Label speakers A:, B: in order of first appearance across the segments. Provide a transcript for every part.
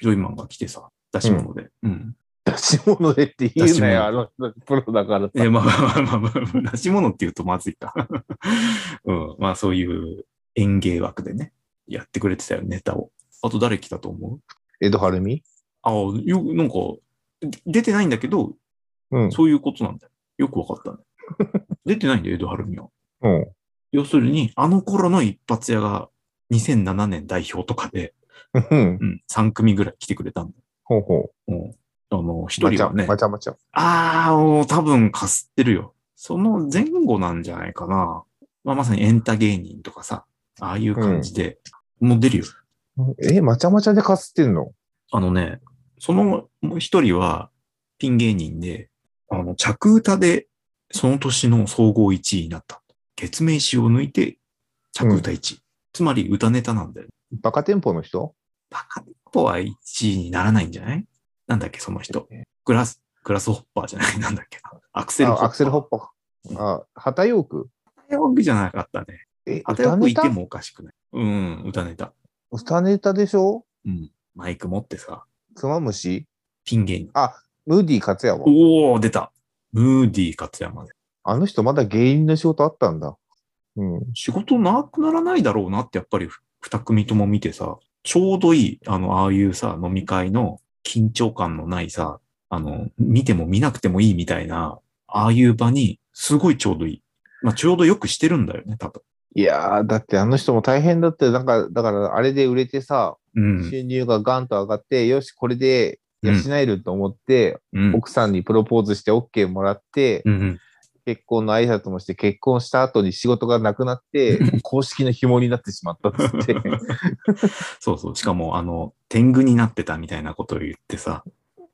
A: ジョイマンが来てさ、出し物で。うん。
B: 出し物でって言うなよ、あの人プロだからさ。
A: えーまあまあまあまあまあ、出し物って言うとまずいか。 うん。まあそういう演芸枠でね、やってくれてたよ、ネタを。あと誰来たと思う
B: 江戸晴美
A: ああ、よ、なんか、出てないんだけど、
B: うん。
A: そういうことなんだよ。よくわかったね。 出てないんだよ、江戸晴美は。
B: うん。
A: 要するに、あの頃の一発屋が2007年代表とかで、
B: うん。
A: うん、3組ぐらい来てくれたんだ
B: ほうほ
A: よ。うん。あの、
B: う。
A: 一
B: まち
A: 人
B: ゃ
A: はね、
B: まちゃまちゃ。
A: ああ、もう多分かすってるよ。その前後なんじゃないかな。まあ、まさにエンタ芸人とかさ、ああいう感じで、もう出るよ。
B: え、まちゃまちゃでかすってんの
A: あのね、そのもう一人はピン芸人で、あの、着歌でその年の総合1位になった。月明詞を抜いて着歌1位。つまり歌ネタなんだよ。
B: バカ店舗の人
A: バカネコは1位にならないんじゃないなんだっけ、その人。グラス、グラスホッパーじゃない、なんだっけな。アクセルホッパー。
B: あアクセルホッパー。あ、旗ヨーク。
A: 片よくじゃなかったね。
B: え、
A: あたよくい
B: 歌
A: て
B: ネタ
A: もおかしくない。うん、歌ネタ。
B: 歌ネタでしょ
A: うん。マイク持ってさ、
B: つまむし
A: ピン芸人。
B: あ、ムーディ勝也は。
A: おお出た。ムーディ勝山で。
B: あの人まだ芸人の仕事あったんだ。うん。
A: 仕事なくならないだろうなって、やっぱりふ二組とも見てさ、ちょうどいい、あの、ああいうさ、飲み会の緊張感のないさ、あの、見ても見なくてもいいみたいな、ああいう場に、すごいちょうどいい。まあ、ちょうどよくしてるんだよね、多分。
B: いやー、だってあの人も大変だって、なんか、だからあれで売れてさ、
A: うん。
B: 収入がガンと上がって、よし、これで養えると思って、
A: うん。
B: 奥さんにプロポーズして OK もらって、
A: うんうん。
B: 結婚の挨拶もして、結婚した後に仕事がなくなって、公式の紐になってしまったっつ って。
A: そうそう。しかも、あの、天狗になってたみたいなことを言ってさ、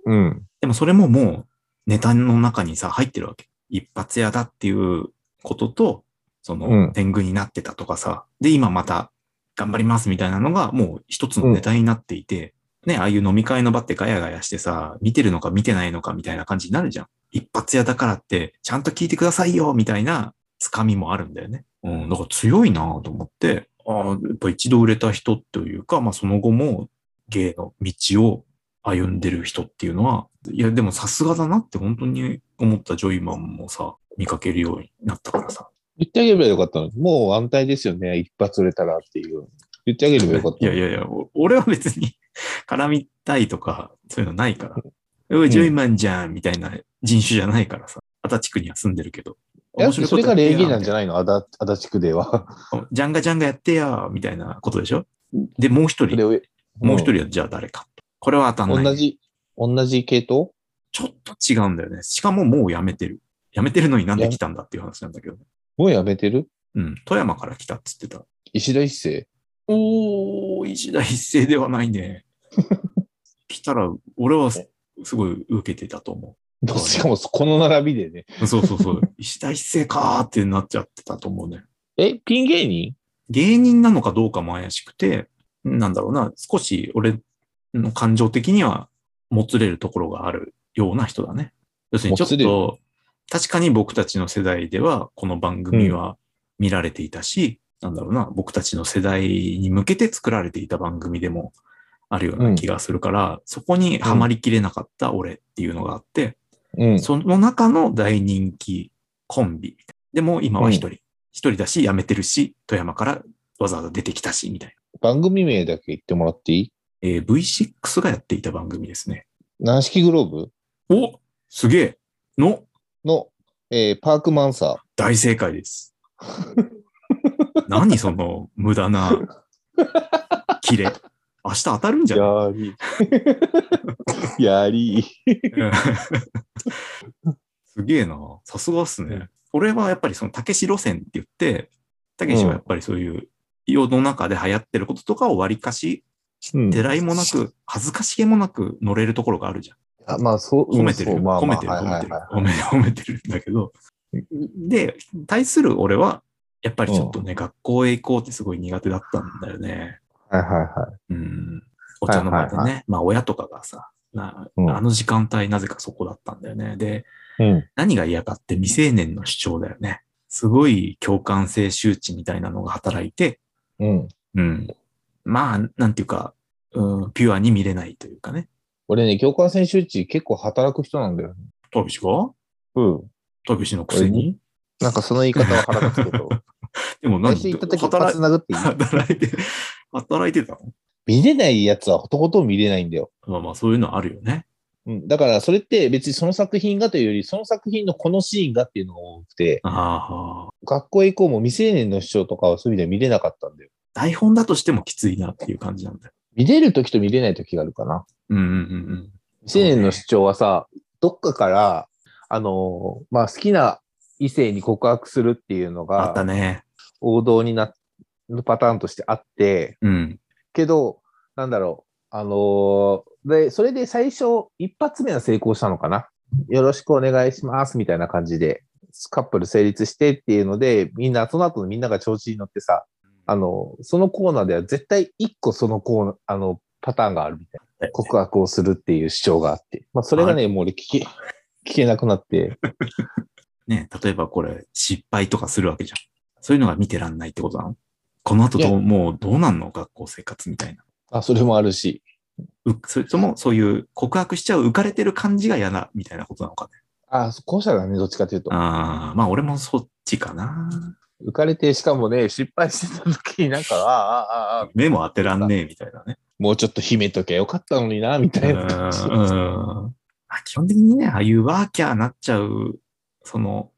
B: うん。
A: でもそれももうネタの中にさ、入ってるわけ。一発屋だっていうことと、そ
B: うん
A: の、天狗になってたとかさ、で、今また頑張りますみたいなのが、もう一つのネタになっていて、ね、ああいう飲み会の場ってガヤガヤしてさ、見てるのか見てないのかみたいな感じになるじゃん。一発屋だからって、ちゃんと聞いてくださいよみたいなつかみもあるんだよね。うん、だから強いなと思って、ああ、やっぱ一度売れた人というか、まあその後も芸の道を歩んでる人っていうのは、いや、でもさすがだなって本当に思ったジョイマンもさ、見かけるようになったからさ。
B: 言ってあげればよかったのもう安泰ですよね。一発売れたらっていう。言ってあげればよかった。
A: いやいやいや、お俺は別に 絡みたいとか、そういうのないから。おい、ジョイマンじゃんみたいな人種じゃないからさ。足立区には住んでるけど。
B: だってそれが礼儀なんじゃ
A: ない
B: ないの足立足立区では。
A: ジャンガジャンガやってやみたいなことでしょで、もう一人、もう一人はじゃあ誰か。これは当たんな
B: 同
A: い。
B: じ、同じ系統
A: ちょっと違うんだよね。しかももう辞めてる。辞めてるのになんで来たんだっていう話なんだけどね。
B: もうやめてる
A: うん。富山から来たっつってた。
B: 石田一世
A: おー、石田一世ではないね。来たら、俺はすすごい受けてたと思
B: どうしかもこの並びでね。
A: う。そうそうそう。石田一世かーってなっちゃってたと思うね。
B: え、ピン芸人
A: 芸人なのかどうかも怪しくて、なんだろうな、少し俺の感情的にはもつれるところがあるような人だね。要するにちょっ
B: もつれ
A: と、確かに僕たちの世代ではこの番組は見られていたし、なんだろうな、僕たちの世代に向けて作られていた番組でもあるような気がするから、そこにはまりきれなかった俺っていうのがあって、
B: うん。
A: その中の大人気コンビ。でも今は一人。一、人だし、辞めてるし、富山からわざわざ出てきたし、みたいな。
B: 番組名だけ言ってもらっていい
A: えー V6 がやっていた番組ですね。
B: 軟式グローブ
A: おすげえの
B: の、えーパークマンサー。
A: 大正解 です。何その無駄なキレ。明日当たるんじゃない
B: やり。 やり。
A: すげえな。さすがっす
B: う
A: ね
B: ん。
A: 俺はやっぱりその、たけし路線って言って、たけしはやっぱりそういう、世の中で流行ってることとかをわりかし、
B: うん
A: てらいもなく、恥ずかしげもなく乗れるところがあるじゃん。
B: あまあ、そう、うん
A: 褒めてる
B: そ
A: よ、
B: うまあ
A: 褒
B: ま
A: め
B: あ
A: てる、
B: はい
A: 褒めて
B: はい
A: る
B: は、
A: 褒めてる、褒めてるんだけど。で、対する俺は、やっぱりちょっとね、学校へ行こうってすごい苦手だったんだよね。
B: い。はいはいはい。
A: うん。お茶の間でね。
B: はいは
A: まあ、親とかがさ、な
B: うん
A: あの時間帯なぜかそこだったんだよね。で、
B: うん。
A: 何が嫌かって未成年の主張だよね。すごい共感性周知みたいなのが働いて、
B: うん。
A: うん。まあ、なんていうか、うん、ピュアに見れないというかね。
B: 俺ね、共感選手地結構働く人なんだよね。
A: トビシが
B: うん。
A: トビシのくせに
B: なんかその言い方は腹立つけど。
A: で も何
B: 最初行った時一
A: 働
B: 発
A: い
B: 殴っていい
A: 働いて、働いてたの
B: 見れないやつはとことん見れないんだよ。
A: まあまあ、そういうのはあるよね。
B: うん。だからそれって別にその作品がというより、その作品のこのシーンがっていうのが多くて、
A: ああ、
B: 学校へ行こうも未成年の主張とかはそういう意味では見れなかったんだよ。
A: 台本だとしてもきついなっていう感じなんだよ。
B: 見れる時と見れない時があるかな。
A: うんうんうん
B: 未成年の主張はさ、どっかから、あのーまあ、好きな異性に告白するっていうの
A: うん。あった
B: が
A: ね。
B: 王道になるパターンとしてあって、
A: うん。
B: けど、なんだろう、あのーで、それで最初、一発目は成功したのかな。よろしくお願いしますみたいな感じで、カップル成立してっていうので、みんな、その後のみんなが調子に乗ってさ、あの、そのコーナーでは絶対一個そのコーナー、あの、パターンがあるみたいな。告白をするっていう主張があって。まあ、それがね、もう俺聞け、聞けなくなって。
A: ね、例えばこれ、失敗とかするわけじゃん。そういうのが見てらんないってことなのこの後
B: い
A: ど
B: や
A: う、もうどうなんの学校生活みたいな。
B: あ、それもあるし。
A: うそれとも、そういう告白しちゃう浮かれてる感じが嫌だみたいなことなのかね。
B: あ、こうしたらね、どっちかというと。
A: ああ、まあ俺もそっちかな。
B: 浮かれて、しかもね、失敗してた時になんか、ああ、ああ、ああ、
A: 目も当てらんねえみたいなね。
B: もうちょっと秘めとけばよかったのにな、みたいな感じ。
A: うんあ基本的にね、ああいうワーキャーなっちゃう、その、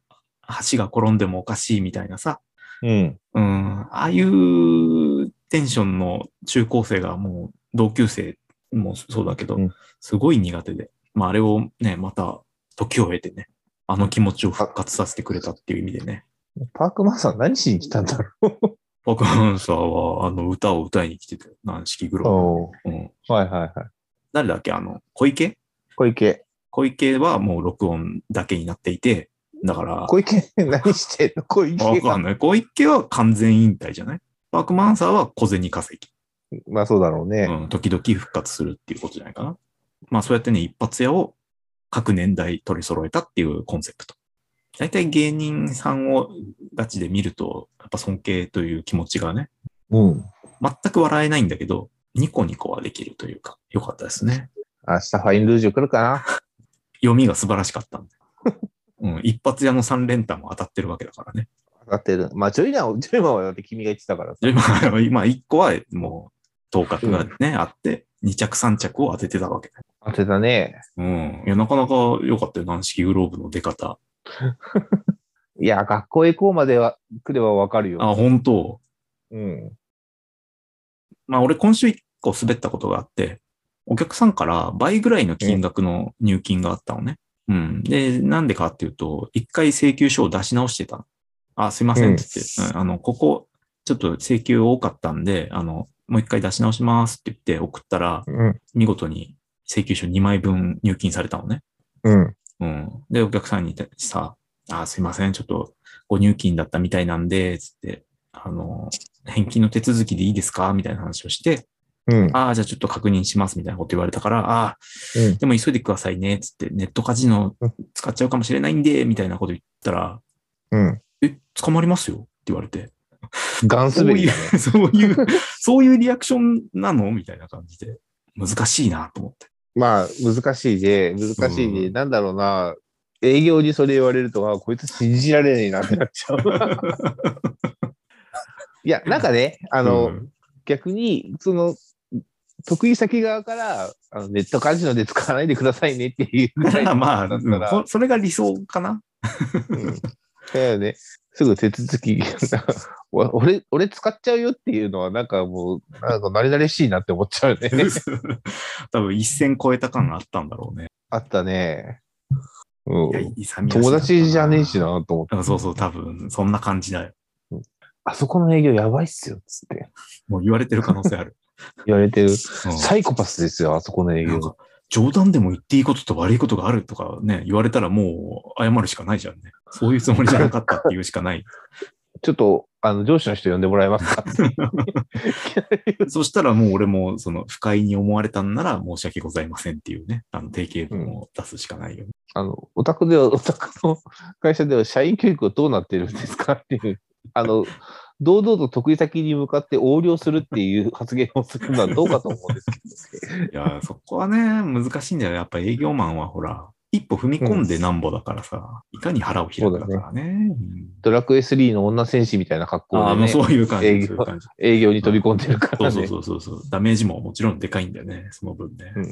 A: 橋が転んでもおかしいみたいなさ、
B: うん。
A: うん、ああいうテンションの中高生がもう同級生もそうだけど、
B: うん
A: すごい苦手で、まああれをね、また時を経てね、あの気持ちを復活させてくれたっていう意味でね、
B: パークマンさん何しに来たんだろ
A: パクハンサーはあの歌を歌いに来てたよ、軟式グ
B: う。
A: ロ
B: お
A: ーブ。うん、
B: ーはいはいはい。
A: 誰だっけあの、小池
B: 小池。
A: 小池はもう録音だけになっていて、だから、
B: 小池、何してんの小池
A: わか
B: が。
A: んない。小池は完全引退じゃないパークマンサーは小銭稼ぎ。
B: まあそうだろうね。
A: うん、時々復活するっていうことじゃないかな。まあそうやってね、一発屋を各年代取り揃えたっていうコンセプト。大体芸人さんをガチで見ると、やっぱ尊敬という気持ちがね、
B: うん。
A: 全く笑えないんだけど、ニコニコはできるというか、良かったですね。
B: 明日ファインルージュ来るかな。
A: 読みが素晴らしかった んで。うん、一発屋の三連単も当たってるわけだからね。
B: 当たってる。まあ、ジョイナー、ジョイマンはだって君が言ってたからさ。
A: で、まあ、今、1個はもう、頭角がね、あって、2着3着を当ててたわけね。
B: 当てたね。
A: うん。いや、なかなか良かったよ、軟式グローブの出方。
B: いや、学校へ行こうまでは来ればわかるよ。
A: あ、本当
B: うん。
A: まあ、俺今週1個滑ったことがあって、お客さんから倍ぐらいの金額の入金があったのね。うん。で、なんでかっていうと、1回請求書を出し直してたの。あ、すいませんって言って、うんあの、ここ、ちょっと請求多かったんで、あの、もう一回出し直しますって言って送ったら、
B: うん。
A: 見事に請求書2枚分入金されたのね。
B: うん。
A: うん。で、お客さんに対してさ、あー、すいません、ちょっとご入金だったみたいなんで、つって、あの、返金の手続きでいいですかみたいな話をして、
B: うん。
A: ああ、じゃあちょっと確認しますみたいなこと言われたから、ああ
B: うん
A: ー、でも急いでくださいね、つって、ネットカジノ使っちゃうかもしれないんで、みたいなこと言ったら、
B: うん。
A: え、捕まりますよって言われ て、
B: ガン
A: そ
B: ス
A: う
B: ベリ
A: い
B: ー
A: う
B: だ
A: そう
B: ね。、
A: いう、そういうリアクションなのみたいな感じで、難しいなと思って。
B: まあ、難しいで、難しいで、
A: う
B: なんだろうな。営業にそれ言われると、あこいつ信じられねえなってな っちゃう。いや、なんかね、あ
A: あ
B: の、逆に、その、得意先側から、あのネットカジノで使わないでくださいねっていうぐ らいの
A: まあ、
B: だ
A: う
B: っ
A: ん
B: たら
A: そそれが理想かな
B: うんだよね。すぐ手続き、 お俺、俺使っちゃうよっていうのは、なんかもう、なんか慣れ慣れしいなって思っちゃうね。
A: 多分一線超えた感があったんだろうね。
B: あったね。うん
A: いや、勇み足だ
B: 友
A: ったな
B: 達じゃねえし。なと思って。
A: うんそうそう、多分そんな感じだよ。
B: あそこの営業やばいっすよ、つって
A: もう言われてる可能性ある。
B: 言われてる。
A: うん
B: サイコパスですよ、あそこの営
A: な
B: 業
A: ん。か冗談でも言っていいことと悪いことがあるとかね、言われたらもう謝るしかないじゃんね。そういうつもりじゃなかったっていうしか ない。
B: ちょっと、あの、上司の人呼んでもらえま すか
A: そしたらもう俺もその不快に思われたんなら申し訳ございませんっていうね、あの定型文を出すしかないよね。
B: あの、お宅では、お宅の会社では社員教育はどうなってるんですかっていう。あの、堂々と得意先に向かって横領するっていう発言をするのはどうかと思うんですけど。
A: いや、そこはね、難しいんだよ。やっぱ営業マンはほら、一歩踏み込んでなんぼだからさ、いかに腹を開くかだからね。
B: ドラクエ3の女戦士みたいな格
A: うんあ
B: 好
A: あ、
B: で、
A: もう
B: ね、
A: そういう感
B: 営
A: じ。そ
B: 業
A: ういう感じ。
B: 営業に飛び込んでるから
A: そう
B: ね。
A: そうそうそう。ダメージももちろんでかいんだよね、その分ね。
B: うん
A: うん